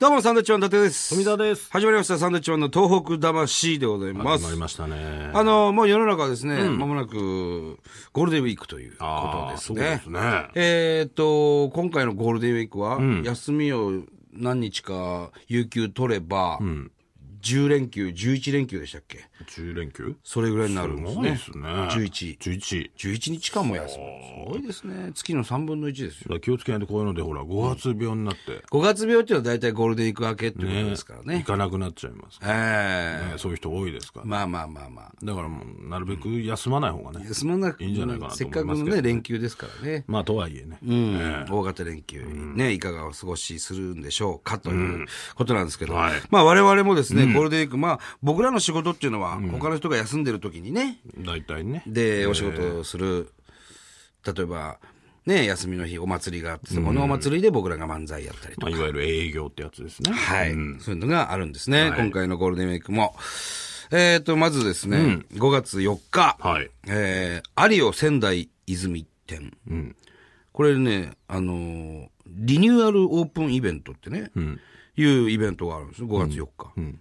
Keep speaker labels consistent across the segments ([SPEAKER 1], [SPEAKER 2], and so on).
[SPEAKER 1] どうも、サンドウィッチマン伊達です。
[SPEAKER 2] 富澤です
[SPEAKER 1] 始まりました、サンドウィッチマンの東北魂でございます。
[SPEAKER 2] 始まりましたね。
[SPEAKER 1] あの、もう世の中はですね、ま、もなく、ゴールデンウィークというこ
[SPEAKER 2] あ
[SPEAKER 1] と
[SPEAKER 2] ー
[SPEAKER 1] ですね。
[SPEAKER 2] そうですね
[SPEAKER 1] えっ、と、今回のゴールデンウィークは、休みを何日か、有給取れば、10連休、11連休でしたっけ
[SPEAKER 2] 10連休
[SPEAKER 1] それぐらいになるんですす
[SPEAKER 2] ごい
[SPEAKER 1] ね。
[SPEAKER 2] ですね。
[SPEAKER 1] 11。
[SPEAKER 2] 11。
[SPEAKER 1] 11日間も休む。すごいですね。月の3分の1ですよ。
[SPEAKER 2] だから気をつけないとこういうので、ほら、5月病になって、
[SPEAKER 1] 5月病っていうのは大体ゴールデンウィーク明けっていうことですからね。
[SPEAKER 2] 行かなくなっちゃいます。
[SPEAKER 1] ええ
[SPEAKER 2] ねそういう人多いですから。
[SPEAKER 1] まあまあまあまあ。
[SPEAKER 2] だからもう、なるべく休まない方がね。
[SPEAKER 1] 休まなく
[SPEAKER 2] いいんじゃないかなと
[SPEAKER 1] せっ
[SPEAKER 2] 思い
[SPEAKER 1] かく
[SPEAKER 2] ます
[SPEAKER 1] の
[SPEAKER 2] けど
[SPEAKER 1] ね、連休ですからね。
[SPEAKER 2] まあ、とはいえね。
[SPEAKER 1] うん大型連休にね、いかがお過ごしするんでしょうかということなんですけど、
[SPEAKER 2] はい
[SPEAKER 1] まあ我々もですね、ゴールデンウィーク、まあ僕らの仕事っていうのは、他の人が休んでる時にね、
[SPEAKER 2] 大体ね。
[SPEAKER 1] で、お仕事をする、例えば、ね、休みの日お祭りがあって、そこのお祭りで僕らが漫才やったりとか
[SPEAKER 2] まあ、いわゆる営業ってやつですね。
[SPEAKER 1] はい。そういうのがあるんですね。今回のゴールデンウィークも。えっ、と、まずですね、5月4日、
[SPEAKER 2] はい
[SPEAKER 1] えー、有オ仙台泉店。これね、あのーリニューアルオープンイベントってね、いうイベントがあるんですよ、5月4日。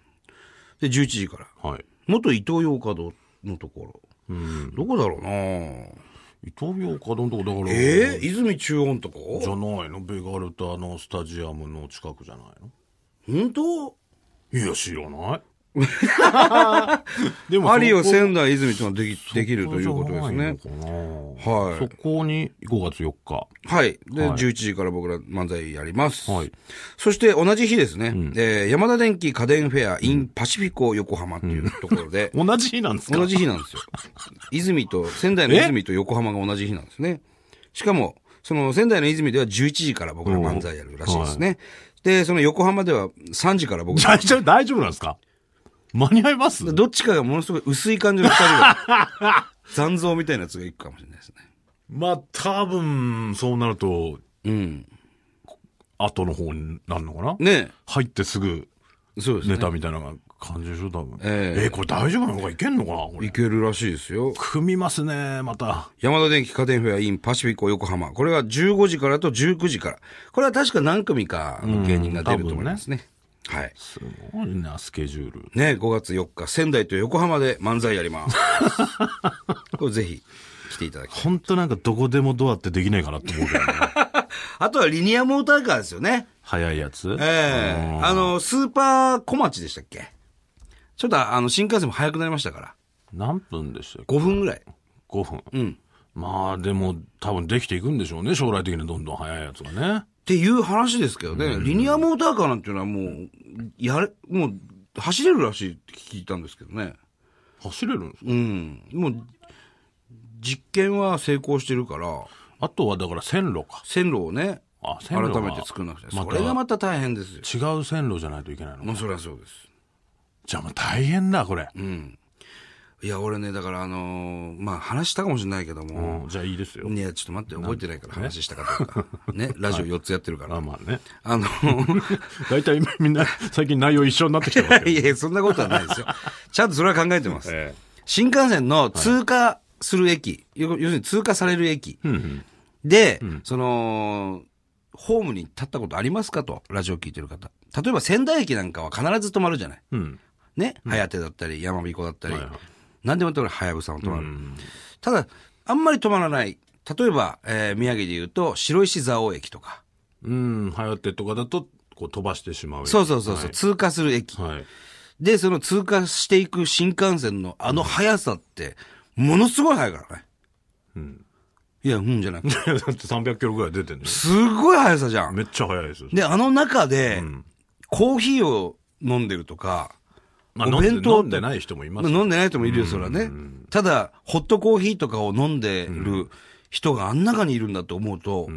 [SPEAKER 1] で、11時から。
[SPEAKER 2] はい。
[SPEAKER 1] 元伊東洋華堂のところ。どこだろうな
[SPEAKER 2] 伊藤洋華丼のとこ、だから、
[SPEAKER 1] えー、泉中央のとこ
[SPEAKER 2] じゃないのベガルタのスタジアムの近くじゃないの
[SPEAKER 1] 本当
[SPEAKER 2] いや、知ら ない。で
[SPEAKER 1] アリオ
[SPEAKER 2] そこ
[SPEAKER 1] 仙台泉ってのができできるということですね。
[SPEAKER 2] そうじゃないのかな
[SPEAKER 1] はい
[SPEAKER 2] そこに5月4日。
[SPEAKER 1] はい。で、11時から僕ら漫才やります。
[SPEAKER 2] はい
[SPEAKER 1] そして同じ日ですね、えー山田電機家電フェア in パシフィコ横浜っていうところで、
[SPEAKER 2] 同じ日なんですか
[SPEAKER 1] 同じ日なんですよ。泉と、仙台の泉と横浜が同じ日なんですね。しかも、その仙台の泉では11時から僕ら漫才やるらしいですね。で、その横浜では3時から僕ら
[SPEAKER 2] 大丈夫、大丈夫なんですか間に合います
[SPEAKER 1] どっちかがものすごい薄い感じの二人が、 残像みたいなやつが行くかもしれないですね。
[SPEAKER 2] まあ、多分、そうなると、
[SPEAKER 1] うん。
[SPEAKER 2] 後の方になるのかな
[SPEAKER 1] ね
[SPEAKER 2] 入ってすぐ
[SPEAKER 1] えそうですね。
[SPEAKER 2] ネタみたいな感じでしょ、多分。
[SPEAKER 1] ええ
[SPEAKER 2] えーこれ大丈夫なのかいけんのかなこ
[SPEAKER 1] い
[SPEAKER 2] れ。
[SPEAKER 1] けるらしいですよ。
[SPEAKER 2] 組みますね、また。
[SPEAKER 1] 山田電機家電フェア in パシフィコ横浜。これが15時からと19時から。これは確か何組かの芸人が出ると思いますね。はい。
[SPEAKER 2] すごいな、スケジュール。
[SPEAKER 1] ね、5月4日、仙台と横浜で漫才やり ます。これぜひ来ていただきたい。
[SPEAKER 2] ほんとなんかどこでもどうやってできないかなって思うけどね。
[SPEAKER 1] あとはリニアモーターカーですよね。
[SPEAKER 2] 早いやつ
[SPEAKER 1] ええあの、スーパー小町でしたっけちょっとあの、新幹線も早くなりましたから。
[SPEAKER 2] 何分でしたっけ
[SPEAKER 1] 5分ぐらい。
[SPEAKER 2] 5分。まあでも多分できていくんでしょうね。将来的にどんどん早いやつがね。
[SPEAKER 1] っていう話ですけどね、リニアモーターカーなんていうのはもう、やれ、もう、走れるらしいって聞いたんですけどね。
[SPEAKER 2] 走れるんですか
[SPEAKER 1] うん。もう、実験は成功してるから、
[SPEAKER 2] あとはだから線路か。
[SPEAKER 1] 線路をね、
[SPEAKER 2] あ線
[SPEAKER 1] 改
[SPEAKER 2] 路が
[SPEAKER 1] めて作んなくちゃ。
[SPEAKER 2] ま
[SPEAKER 1] そ
[SPEAKER 2] た
[SPEAKER 1] れがまた大変ですよ。
[SPEAKER 2] 違う線路じゃないといけないのか。
[SPEAKER 1] もうそりゃそうです。
[SPEAKER 2] じゃあもう大変だ、これ。
[SPEAKER 1] いや、俺ね、だからあのーまあ話したかもしれないけども、
[SPEAKER 2] うんじゃあいいですよ。
[SPEAKER 1] いや、ちょっと待って、覚えてないから話したかどうか。ね、ラジオ4つやってるから。
[SPEAKER 2] あまあね。
[SPEAKER 1] あの、
[SPEAKER 2] 大体みんな最近内容一緒になってきてますけ ど。
[SPEAKER 1] いやいや、そんなことはないですよ。ちゃんとそれは 考えてます。
[SPEAKER 2] え
[SPEAKER 1] 新幹線の通過する駅、要要するに通過される駅で、その、ホームに立ったことありますかと、ラジオ聞いてる方。例えば仙台駅なんかは必ず止まるじゃない。
[SPEAKER 2] えうん。
[SPEAKER 1] ね、早手だったり、やまびこだったり、
[SPEAKER 2] はいはい
[SPEAKER 1] 何でも止まる、はやぶさも止まる。
[SPEAKER 2] ん
[SPEAKER 1] ただ、あんまり止まらない。例えば、えー宮城で言うと、白石蔵王駅とか。
[SPEAKER 2] うん、流行ってとかだと、こう飛ばしてしまう。
[SPEAKER 1] そうそうそうそう、通過する駅。
[SPEAKER 2] はい。
[SPEAKER 1] で、その通過していく新幹線のあの速さって、ものすごい速いからね。いや、うんじゃなくて。
[SPEAKER 2] だって300キロぐらい出てるね。
[SPEAKER 1] すごい速さじゃん。
[SPEAKER 2] めっちゃ早いですよ。
[SPEAKER 1] で、あの中で、コーヒーを飲んでるとか、
[SPEAKER 2] まあ、
[SPEAKER 1] お
[SPEAKER 2] 飲んで
[SPEAKER 1] 弁当って
[SPEAKER 2] 飲んでない人もいますよ
[SPEAKER 1] 飲んでない人もいるよ、それはね。ただ、ホットコーヒーとかを飲んでる人があん中にいるんだと思うと、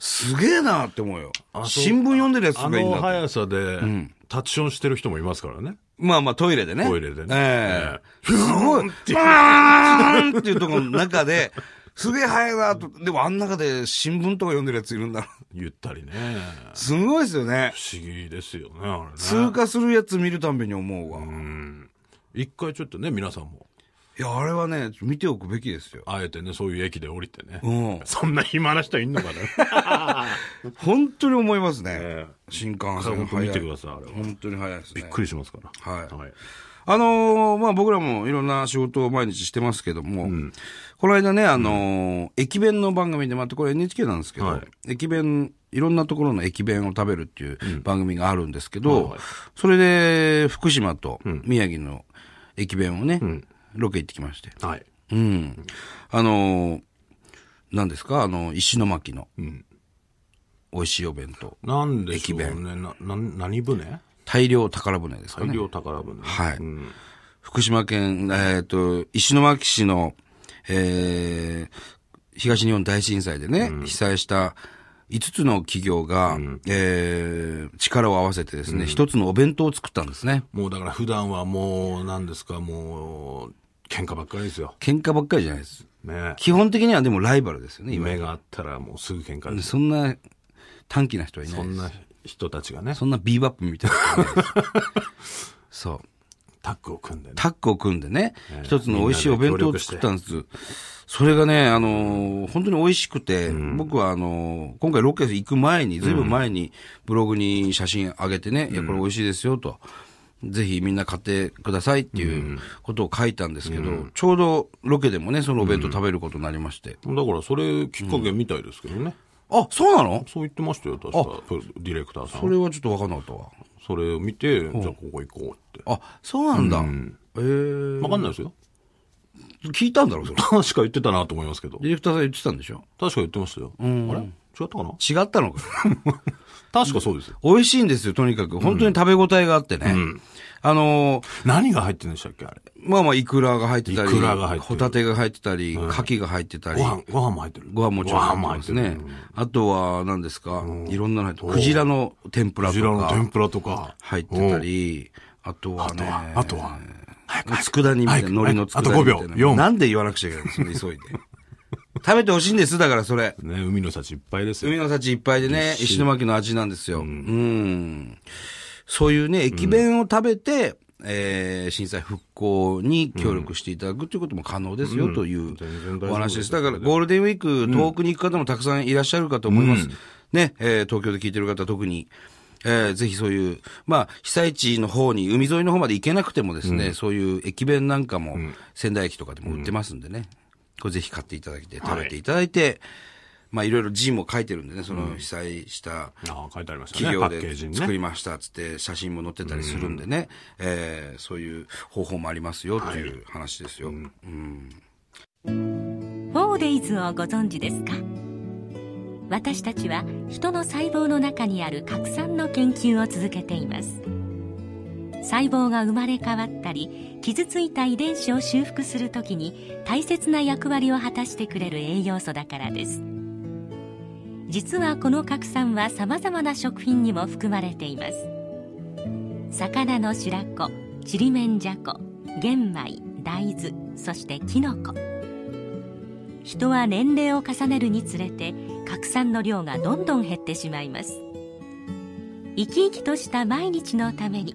[SPEAKER 1] すげえなって思うよ。
[SPEAKER 2] あそう
[SPEAKER 1] 新聞読んでるやつ
[SPEAKER 2] あ
[SPEAKER 1] とかいいん
[SPEAKER 2] の
[SPEAKER 1] だって。
[SPEAKER 2] 速さで、タッチションしてる人もいますからね。
[SPEAKER 1] まあまあトイレでね。
[SPEAKER 2] トイレでね
[SPEAKER 1] ええすごい、バーンっていうところの中で、すげえ早いなと。でもあん中で新聞とか読んでるやついるんだ。
[SPEAKER 2] ゆったりね。
[SPEAKER 1] すごいですよね。
[SPEAKER 2] 不思議ですよね、あれね。
[SPEAKER 1] 通過するやつ見るたんびに思うわ。
[SPEAKER 2] 一回ちょっとね、皆さんも。
[SPEAKER 1] いや、あれはね、見ておくべきですよ。
[SPEAKER 2] あえてね、そういう駅で降りてね。
[SPEAKER 1] うん。
[SPEAKER 2] そんな暇な人いんのか な
[SPEAKER 1] 本当に思いますね。
[SPEAKER 2] ええ
[SPEAKER 1] 新幹線
[SPEAKER 2] 本当
[SPEAKER 1] 早い。
[SPEAKER 2] 見てください、あれは。
[SPEAKER 1] 本当に早いです
[SPEAKER 2] びっ
[SPEAKER 1] ね。
[SPEAKER 2] くりしますから。
[SPEAKER 1] はい
[SPEAKER 2] はい。
[SPEAKER 1] あのーまあ、僕らもいろんな仕事を毎日してますけども、この間ね、あのー駅弁の番組で、またこれ NHK なんですけど、
[SPEAKER 2] はい
[SPEAKER 1] 駅弁、いろんなところの駅弁を食べるっていう番組があるんですけど、
[SPEAKER 2] はいはい
[SPEAKER 1] それで福島と宮城の駅弁をね、
[SPEAKER 2] ん
[SPEAKER 1] ロケ行ってきまして。
[SPEAKER 2] はい。
[SPEAKER 1] うん。あのー、何ですかあの、石巻の
[SPEAKER 2] うん。
[SPEAKER 1] 美味しいお弁当。
[SPEAKER 2] なんでしょうね。
[SPEAKER 1] 駅
[SPEAKER 2] な、な、何船
[SPEAKER 1] 大量宝船ですか
[SPEAKER 2] 大
[SPEAKER 1] ね。
[SPEAKER 2] 量宝船。
[SPEAKER 1] はい
[SPEAKER 2] うん。
[SPEAKER 1] 福島県、えっ、と、石巻市の、えー、東日本大震災でね、被災した5つの企業が、えー、力を合わせてですね、一つのお弁当を作ったんですね。
[SPEAKER 2] もうだから普段はもう、なんですか、もう、喧嘩ばっかりですよ。
[SPEAKER 1] 喧嘩ばっかりじゃないです。
[SPEAKER 2] ね
[SPEAKER 1] 基本的にはでもライバルですよね、今。
[SPEAKER 2] 夢があったらもうすぐ喧嘩です。
[SPEAKER 1] そんな短気な人はいない
[SPEAKER 2] そ
[SPEAKER 1] です
[SPEAKER 2] んな人たちがね、
[SPEAKER 1] そんなビーバップみたいな人はいないです。 そう。
[SPEAKER 2] タッグを組んでね。
[SPEAKER 1] タッグを組んでね
[SPEAKER 2] え、え
[SPEAKER 1] 一つの美味しいお弁当を作ったんです。それがね、あのー本当に美味しくて、僕はあのー今回ロケ行く前に、ずいぶん前にブログに写真上げてね、いや、これ美味しいですよと。ぜひみんな買ってくださいっていうことを書いたんですけど、ちょうどロケでもね、そのお弁当食べることになりまして。
[SPEAKER 2] だからそれきっかけみたいですけどね。
[SPEAKER 1] あ、そうなの
[SPEAKER 2] そう言ってましたよ、確か、プロディレクターさん
[SPEAKER 1] そ。れはちょっとわかんなかったわ。
[SPEAKER 2] それを見て、じゃあここ行こうって。
[SPEAKER 1] あ、そうなんだ。ええ
[SPEAKER 2] わかんないですよ。
[SPEAKER 1] 聞いたんだろ、それ。
[SPEAKER 2] 確か言ってたなと思いますけど
[SPEAKER 1] デ。ィレクターさん言ってたんでしょ
[SPEAKER 2] 確か言ってましたよ。あれ違ったかな
[SPEAKER 1] 違ったのか
[SPEAKER 2] 確かそうですよ。
[SPEAKER 1] 美味しいんですよ、とにかく。本当に食べ応えがあってね。あのー
[SPEAKER 2] 何が入ってるんでしたっけあれ。
[SPEAKER 1] まあまあ、イクラが入ってたり、
[SPEAKER 2] イクラが入ってる
[SPEAKER 1] ホタテが入ってたり、牡蠣が入ってたり
[SPEAKER 2] ご、飯、ご飯も入ってる。
[SPEAKER 1] ご飯もちろん
[SPEAKER 2] ご飯
[SPEAKER 1] 入
[SPEAKER 2] も
[SPEAKER 1] ってま
[SPEAKER 2] 入って
[SPEAKER 1] す
[SPEAKER 2] る。
[SPEAKER 1] ね。あとは、何ですか、いろんなの入ってクジラの天ぷら
[SPEAKER 2] ク
[SPEAKER 1] と
[SPEAKER 2] ジラの天
[SPEAKER 1] か
[SPEAKER 2] ぷらとか。
[SPEAKER 1] 入ってたり、あとは
[SPEAKER 2] あと
[SPEAKER 1] ね、
[SPEAKER 2] は、あとは。早く早く
[SPEAKER 1] 佃煮みたいな、
[SPEAKER 2] 早
[SPEAKER 1] 海
[SPEAKER 2] く
[SPEAKER 1] 苔の佃煮みたいな。
[SPEAKER 2] あと5秒。4。
[SPEAKER 1] なんで言わなくちゃいけないんですよ、急いで。食べてほしいんです、だからそれ。
[SPEAKER 2] ね、海の幸いっぱいですよ。
[SPEAKER 1] 海の幸いっぱいでね、石巻の味なんですよ。うん。そういうね、駅弁を食べて、えー震災復興に協力していただくということも可能ですよという
[SPEAKER 2] 然大丈夫です
[SPEAKER 1] お話です。だから、ゴールデンウィーク、遠くに行く方もたくさんいらっしゃるかと思います。ね、えー東京で聞いてる方特に。えーぜひそういう、まあ、被災地の方に、海沿いの方まで行けなくてもですね、そういう駅弁なんかも、仙台駅とかでも売ってますんでね、これぜひ買っていただいて、食べていただいて、まあ、いろいろ字も書いてるんでね、その被災した
[SPEAKER 2] ああ、書いてありました
[SPEAKER 1] 企
[SPEAKER 2] ね。パ
[SPEAKER 1] 業
[SPEAKER 2] ッケージ
[SPEAKER 1] で
[SPEAKER 2] に
[SPEAKER 1] 作
[SPEAKER 2] ね。
[SPEAKER 1] りましたっつって、写真も載ってたりするんでね、えーそういう方法もありますよという話ですよ。
[SPEAKER 3] フォーデイズをご存知ですか私たちは人の細胞の中にある核酸の研究を続けています細胞が生まれ変わったり傷ついた遺伝子を修復するときに大切な役割を果たしてくれる栄養素だからです実はこの核酸は様々な食品にも含まれています魚の白子ちりめんじゃこ玄米大豆そしてきのこ人は年齢を重ねるにつれて核酸の量がどんどん減ってしまいます生き生きとした毎日のために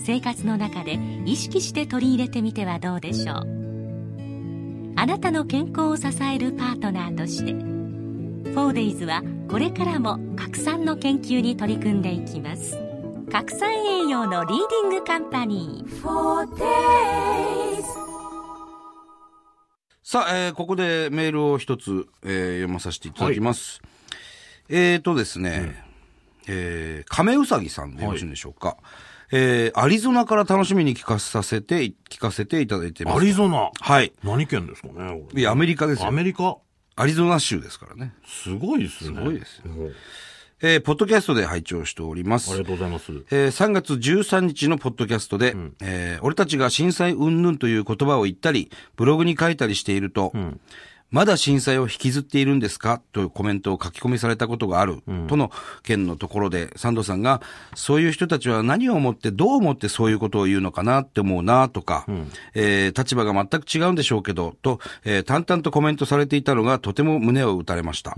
[SPEAKER 3] 生活の中で意識して取り入れてみてはどうでしょうあなたの健康を支えるパートナーとして 4days はこれからも核酸の研究に取り組んでいきます核酸栄養のリーディングカンパニー
[SPEAKER 1] さあ、えーここでメールを一つ、えー読まさせていただきます。えーとですね、えー亀うさぎさんでよろしいんでしょうか。えーアリゾナから楽しみに聞かさせて、聞かせていただいてま
[SPEAKER 2] ア
[SPEAKER 1] す。
[SPEAKER 2] リゾナ。
[SPEAKER 1] はい。
[SPEAKER 2] 何県ですかねこれ
[SPEAKER 1] いや、アメリカです
[SPEAKER 2] ア
[SPEAKER 1] よ。
[SPEAKER 2] メリカ。
[SPEAKER 1] アリゾナ州ですからね。
[SPEAKER 2] すごいですね。
[SPEAKER 1] すごいですよ
[SPEAKER 2] もう
[SPEAKER 1] えーポッドキャストで拝聴しております
[SPEAKER 2] あり。がとうございます。
[SPEAKER 1] えー3月13日のポッドキャストで、えー俺たちが震災云々という言葉を言ったり、ブログに書いたりしていると、まだ震災を引きずっているんですかというコメントを書き込みされたことがある、との件のところで、サンドさんが、そういう人たちは何を思って、どう思ってそういうことを言うのかなって思うなとか、えー立場が全く違うんでしょうけど、と、えー淡々とコメントされていたのがとても胸を打たれました。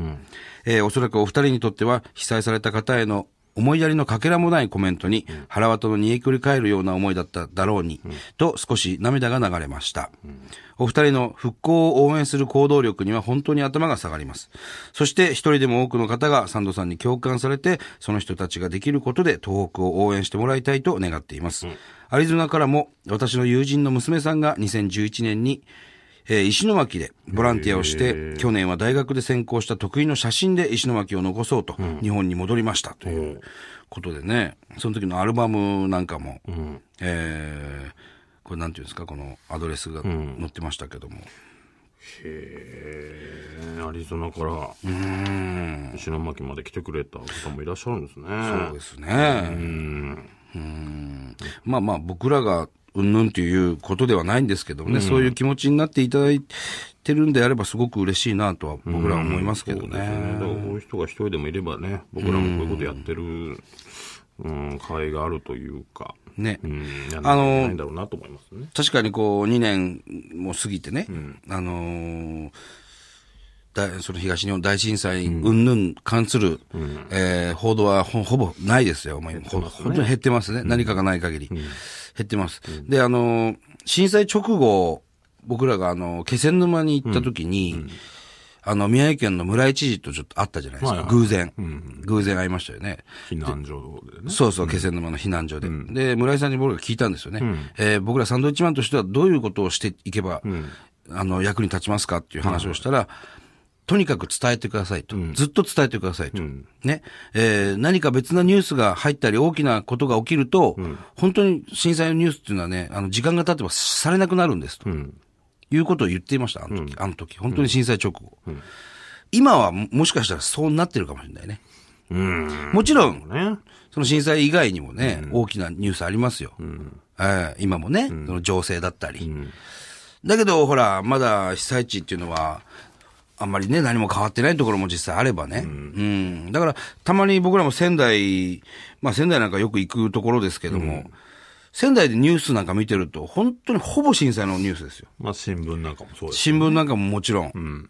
[SPEAKER 1] えーおそらくお二人にとっては被災された方への思いやりのかけらもないコメントに、腹渡の煮えくり返るような思いだっただろうに、と少し涙が流れました。お二人の復興を応援する行動力には本当に頭が下がります。そして一人でも多くの方がサンドさんに共感されて、その人たちができることで東北を応援してもらいたいと願っています。アリゾナからも、私の友人の娘さんが2011年に、えー石巻でボランティアをして、去年は大学で専攻した得意の写真で石巻を残そうと、日本に戻りましたということでね、その時のアルバムなんかも、えーこれなんていうんですか、このアドレスが載ってましたけども。
[SPEAKER 2] えーアリゾナから石巻まで来てくれた方もいらっしゃるんですね
[SPEAKER 1] そうですね。うん。まあまあ、僕らが、うんぬんということではないんですけどもね、そういう気持ちになっていただいてるんであれば、すごく嬉しいなとは僕らは思いますけど
[SPEAKER 2] そうですよねだ
[SPEAKER 1] ね。
[SPEAKER 2] からこういう人が一人でもいればね、僕らもこういうことやってる、うん、会があるというか、
[SPEAKER 1] ね。
[SPEAKER 2] うん、や
[SPEAKER 1] あ
[SPEAKER 2] ら
[SPEAKER 1] のー
[SPEAKER 2] ないんだろうなと思いますね。
[SPEAKER 1] 確かにこう、2年も過ぎてね、あのーだその東日本大震災云々関する、えー報道はほほぼないですよ。もうほ本当に減ってますね。何かがない限り。減ってます。で、あのー震災直後、僕らがあの、気仙沼に行った時に、あの、宮城県の村井知事とちょっと会ったじゃないですか。
[SPEAKER 2] はいはい
[SPEAKER 1] 偶然、偶然会いましたよね。
[SPEAKER 2] 避難所でね。
[SPEAKER 1] そうそう、気仙沼の避難所で。で、村井さんに僕が聞いたんですよね。えー僕らサンドウィッチマンとしてはどういうことをしていけば、あの、役に立ちますかっていう話をしたら、とにかく伝えてくださいと。ずっと伝えてくださいと。ね。えー何か別なニュースが入ったり大きなことが起きると、本当に震災のニュースっていうのはね、あの、時間が経てばされなくなるんですと。いうことを言っていました、あの時。あの時。本当に震災直後。今はももしかしたらそうなってるかもしれないね。
[SPEAKER 2] うん。
[SPEAKER 1] もちろん、
[SPEAKER 2] ね。
[SPEAKER 1] その震災以外にもね、大きなニュースありますよ。ええ今もね、その情勢だったり。だけど、ほら、まだ被災地っていうのは、あんまりね、何も変わってないところも実際あればね。うん。だから、たまに僕らも仙台、まあ仙台なんかよく行くところですけども、仙台でニュースなんか見てると、本当にほぼ震災のニュースですよ。
[SPEAKER 2] まあ新聞なんかもそうです。
[SPEAKER 1] 新聞なんかももちろん、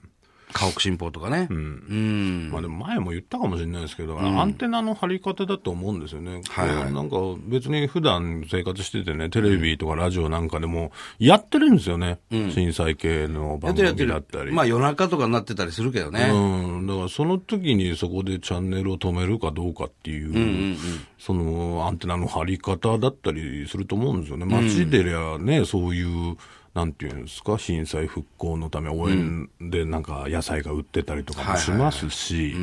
[SPEAKER 1] 家屋新報とかね。
[SPEAKER 2] まあでも前も言ったかもしれないですけど、アンテナの張り方だと思うんですよね。
[SPEAKER 1] はいはい
[SPEAKER 2] これなんか別に普段生活しててね、テレビとかラジオなんかでもやってるんですよね。震災系の
[SPEAKER 1] やっ
[SPEAKER 2] 番
[SPEAKER 1] てるやって
[SPEAKER 2] 組だった
[SPEAKER 1] る。
[SPEAKER 2] り。
[SPEAKER 1] まあ夜中とかになってたりするけどね。
[SPEAKER 2] うん、だからその時にそこでチャンネルを止めるかどうかっていう、そのアンテナの張り方だったりすると思うんですよね。街でりゃね、そういう、なんていうんですか、震災復興のため応援でなんか野菜が売ってたりとかもしますし、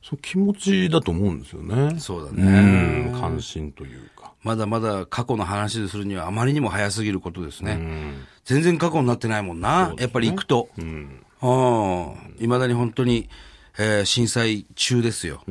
[SPEAKER 2] そう気持ちだと思うんですよね。
[SPEAKER 1] そうだね。
[SPEAKER 2] ね。関心というか。
[SPEAKER 1] まだまだ過去の話でするにはあまりにも早すぎることですね。全然過去になってないもんな。やっぱり行くと。うん。いまだに本当に、えー震災中ですよ、え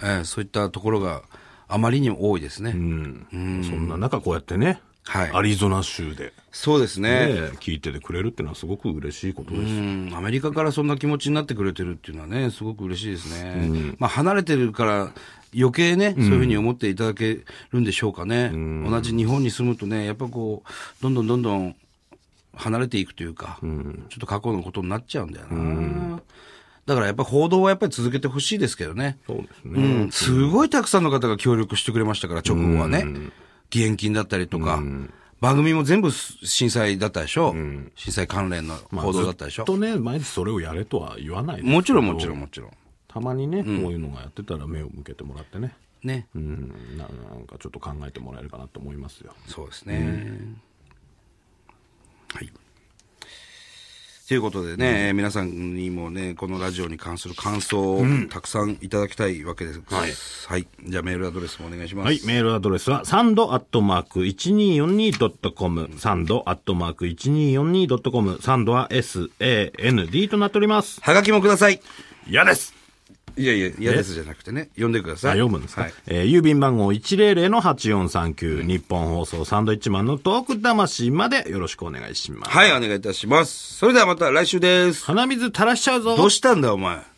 [SPEAKER 1] ーそういったところがあまりにも多いですね。
[SPEAKER 2] うん。そんな中こうやってね、
[SPEAKER 1] はい
[SPEAKER 2] アリゾナ州で、
[SPEAKER 1] そうですね
[SPEAKER 2] ね、聞いててくれるっていうのはすごく嬉しいことですよね
[SPEAKER 1] うん。アメリカからそんな気持ちになってくれてるっていうのはね、すごく嬉しいですね。まあ離れてるから余計ね、そういうふうに思っていただけるんでしょうかね。同じ日本に住むとね、やっぱこう、どんどんどんどん離れていくというか、ちょっと過去のことになっちゃうんだよな。だからやっぱ報道はやっぱり続けてほしいですけどね。
[SPEAKER 2] そうですね。
[SPEAKER 1] うん、すごいたくさんの方が協力してくれましたから、直後はね。義援金だったりとか、番組も全部震災だったでしょ、震災関連の報道だったでしょ、
[SPEAKER 2] ずっとね、毎日それをやれとは言わないですけど
[SPEAKER 1] もちろんもちろん。もちろん。
[SPEAKER 2] たまにね、こういうのがやってたら目を向けてもらってね。
[SPEAKER 1] ね。
[SPEAKER 2] うん、ななんかちょっと考えてもらえるかなと思いますよ。
[SPEAKER 1] そうですね。はい。ということでね、えー皆さんにもね、このラジオに関する感想をたくさんいただきたいわけです。はい。じゃあメールアドレスもお願いします。
[SPEAKER 2] はい、メールアドレスは、サンドアットマーク 1242.com、サンドアットマーク 1242.com、サンドは SAND となっております。
[SPEAKER 1] はがきもください。
[SPEAKER 2] 嫌です
[SPEAKER 1] いやいや、嫌ですじゃなくてね、読んでください。
[SPEAKER 2] あ読むんですか、
[SPEAKER 1] はい。
[SPEAKER 2] えー郵便番号100-8439、日本放送サンドイッチマンのトーク魂までよろしくお願いします。
[SPEAKER 1] はい、お願いいたします。それではまた来週です。
[SPEAKER 2] 鼻水垂らしちゃうぞ
[SPEAKER 1] どうしたんだ、お前。